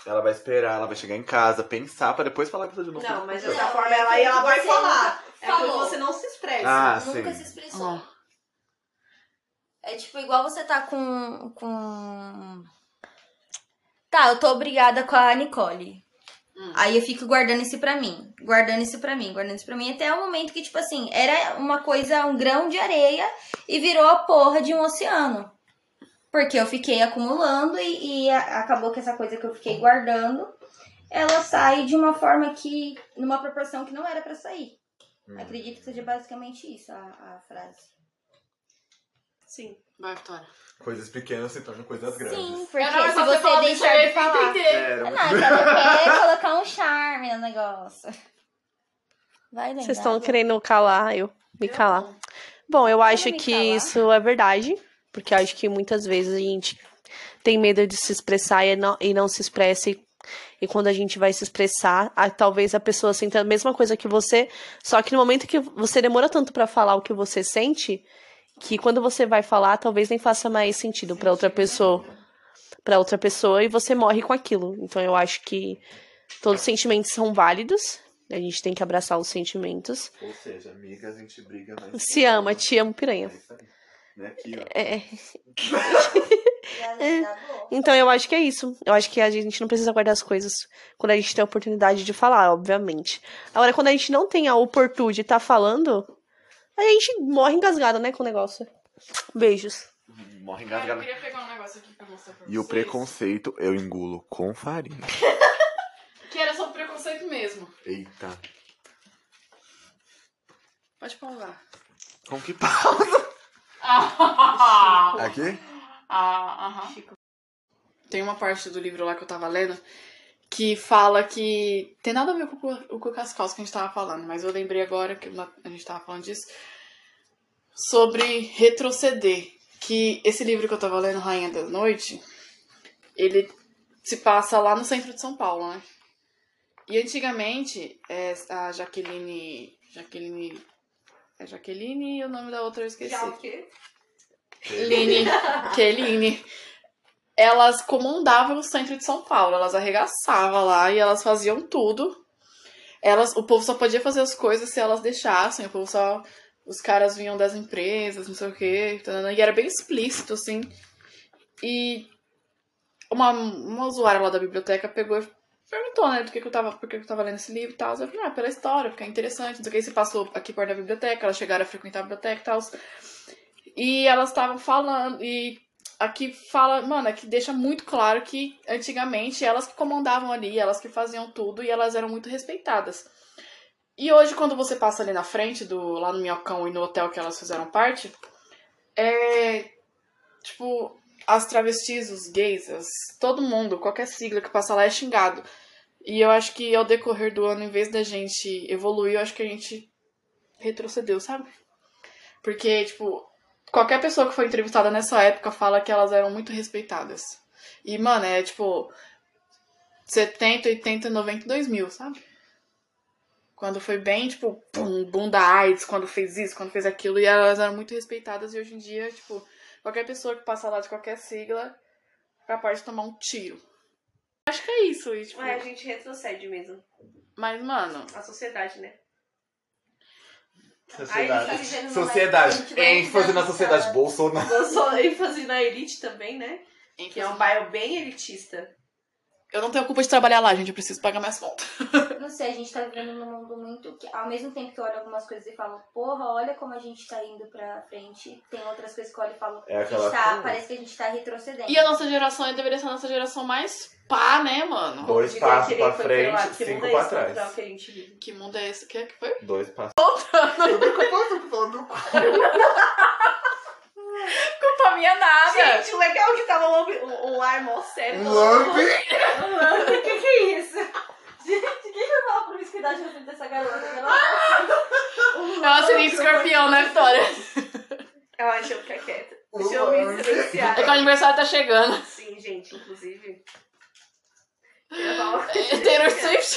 ela vai esperar, ela vai chegar em casa, pensar, pra depois falar com você de novo. Não, mas Não, dessa dessa forma forma ela, aí ela vai você falar. É quando falou. você não se expressa. Ah, sim. Nunca se expressou. Ah. É tipo igual você tá com. com. Tá, eu tô obrigada com a Nicole. Hum. Aí eu fico guardando isso pra mim, guardando isso pra mim, guardando isso pra mim, até o momento que, tipo assim, era uma coisa, um grão de areia e virou a porra de um oceano. Porque eu fiquei acumulando e, e a- acabou que essa coisa que eu fiquei guardando, ela sai de uma forma que, numa proporção que não era pra sair. Hum. Acredito que seja basicamente isso a- a frase. Sim. Vai, Vitória. Coisas pequenas se tornam coisas grandes. Sim, porque Não, é se só falar você do deixar de interesse, falar. entender. É, era muito- Ah, que ela quer colocar um charme no negócio. Vai lembrar. Vocês estão querendo calar eu. Me calar. Eu não. Bom, eu acho me que calar. isso é verdade, porque acho que muitas vezes a gente tem medo de se expressar e não, e não se expressa. E, e quando a gente vai se expressar, a- talvez a pessoa sinta a mesma coisa que você, só que no momento que você demora tanto pra falar o que você sente, que quando você vai falar, talvez nem faça mais sentido né? pra outra pessoa, para outra pessoa e você morre com aquilo. Então eu acho que todos os sentimentos são válidos. A gente tem que abraçar os sentimentos. Ou seja, amiga, a gente briga, mas... Se ama, te amo, É piranha. isso aí. Né, aqui, ó. É. É. querendo. Então eu acho que é isso. Eu acho que a gente não precisa guardar as coisas quando a gente tem a oportunidade de falar, obviamente. Agora, quando a gente não tem a oportunidade de estar falando, a gente morre engasgada, né, com o negócio. Beijos. Morre Cara, eu engasgado. queria pegar um negócio aqui pra mostrar pra vocês. E o preconceito eu engulo com farinha. Que era sobre preconceito mesmo. Eita. Pode pausar. Com que pau? Ah, Aqui? ah, aham. Tem uma parte do livro lá que eu tava lendo que fala que. Tem nada a ver com o- o com o Cascos que a gente tava falando, mas eu lembrei agora que na- a gente tava falando disso. Sobre retroceder. Que esse livro que eu tava lendo, Rainha da Noite, ele se passa lá no centro de São Paulo, né? E antigamente, é, a Jaqueline. Jaqueline. É Jaqueline e o nome da outra eu esqueci. Lene, Keline, elas comandavam o centro de São Paulo, elas arregaçavam lá e elas faziam tudo. Elas, o povo só podia fazer as coisas se elas deixassem, o povo só. Os caras vinham das empresas, não sei o quê, tanana, e era bem explícito, assim. E uma, uma usuária lá da biblioteca pegou e perguntou, né, do que, que eu tava, por que, que eu tava lendo esse livro e tal. Eu falei, ah, pela história, porque é interessante, não sei o que, se passou aqui perto da biblioteca, elas chegaram a frequentar a biblioteca e tal. E elas estavam falando, e aqui fala, mano, aqui deixa muito claro que antigamente elas que comandavam ali, elas que faziam tudo e elas eram muito respeitadas. E hoje, quando você passa ali na frente, do lá no Minhocão e no hotel que elas fizeram parte, é. Tipo, as travestis, os gays, as, todo mundo, qualquer sigla que passa lá é xingado. E eu acho que ao decorrer do ano, em vez da gente evoluir, eu acho que a gente retrocedeu, sabe? Porque, tipo, qualquer pessoa que foi entrevistada nessa época fala que elas eram muito respeitadas. E, mano, é tipo 70, 80, 90, 2000, sabe? Quando foi bem, tipo, pum, boom da AIDS, quando fez isso, quando fez aquilo, e elas eram muito respeitadas. E hoje em dia, tipo, qualquer pessoa que passa lá de qualquer sigla é capaz de tomar um tiro. Acho que é isso, e, tipo, gente retrocede mesmo. mas, mano, A sociedade, né? tá Aí, isso Sociedade. aí já não vai- a gente Sociedade. vai É, fazendo a entrar. sociedade Bolsonaro. Bolsonaro, ênfase na elite também, né? Que é um bairro bem elitista. Eu não tenho culpa de trabalhar lá, gente. Eu preciso pagar minhas contas. Não sei, a gente tá vivendo num mundo muito que, ao mesmo tempo que eu olho algumas coisas e falo, porra, olha como a gente tá indo pra frente, tem outras coisas que eu olho e falo, É a gente aquela tá, coisa. parece que a gente tá retrocedendo. E a nossa geração aí deveria ser a nossa geração mais pá, né, mano? Dois Diga passos aquele pra que foi, sei lá, frente, que cinco mundo é pra esse trás. cultural que a gente vive? Que mundo é esse? Que é que foi? Dois passos. Eu tô culpando, eu tô falando do cu. Culpa minha nada. Ah, Gente, o legal é que tava um, lambe- um, um ar mó sério. Um lambe. Um lambe, o que que é isso? fala promiscuidade no filho dessa garota. Ela seria Uhum. escorpião, né, Vitória? Ela achou ficar quieta. Um Deixa eu me lambe. É que silenciar. o aniversário tá chegando. Sim, gente, inclusive. Eu falo- É, Taylor Swift.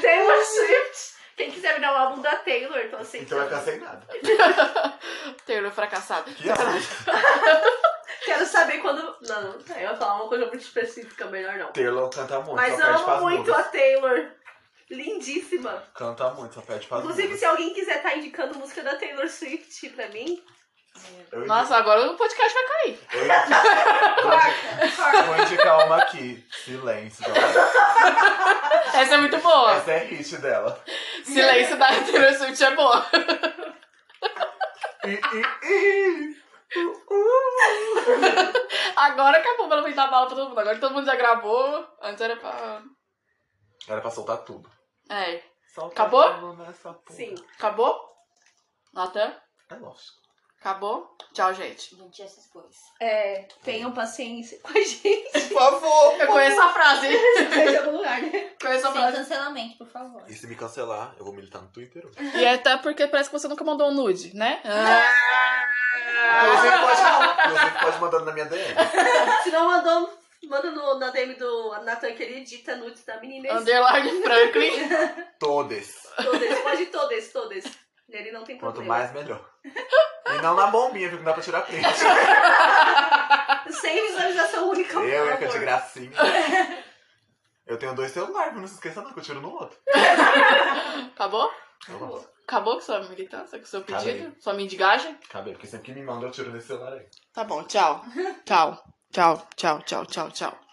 Taylor Swift. Quem quiser me dar o álbum da Taylor, tô aceitando. Então vai ficar sem nada. Taylor fracassado. Que assim, álbum? Quero saber quando. Não, não, eu ia falar uma coisa muito específica, melhor não. Taylor canta muito, Mas só eu perde amo então pras muito a músicas. Taylor. Lindíssima. Canta muito, só perde pras Inclusive, músicas. se alguém quiser estar indicando música da Taylor Swift pra mim, Eu Nossa, agora o podcast vai cair. Eu vou, vou indicar uma aqui. Silêncio. dela. Essa é muito boa. Essa é hit dela. É. Silêncio da Taylor Swift é boa. Ih, ih, ih. Agora acabou pra não pintar bala pra todo mundo. Agora que todo mundo já gravou. Antes era pra. Era pra soltar tudo. É. Solta Acabou? tudo nessa porra. sim. Acabou? Natan? É lógico. Acabou? Tchau, gente. Gente, essas coisas. É, tenham paciência com a gente. Por favor. Eu conheço a frase. Em algum lugar, né? Conheço a Sem frase. cancelamento, por favor. E se me cancelar, eu vou militar no Twitter. hoje. E é até porque parece que você nunca mandou um nude, né? Inclusive, pode, inclusive, pode mandando na minha DM. Se não mandou, manda no, na DM do Natan que ele edita nudes da menina. é isso. Underline Franklin. Todas. Todas, pode todas, todas. Ele não tem Quanto problema. mais, melhor. E não na bombinha, viu? Que dá pra tirar print. Sem visualização única, por Eu, hein, que é favor. de gracinha. Eu tenho dois celulares, não se esqueça não, que eu tiro no outro. Então, Acabou? Eu gosto. Acabou com sua militância, com seu pedido, Acabei. sua mendigagem? Acabei, porque sempre que me manda, eu tiro nesse celular aí. Tá bom, tchau. Tchau. Tchau, tchau, tchau, tchau, tchau.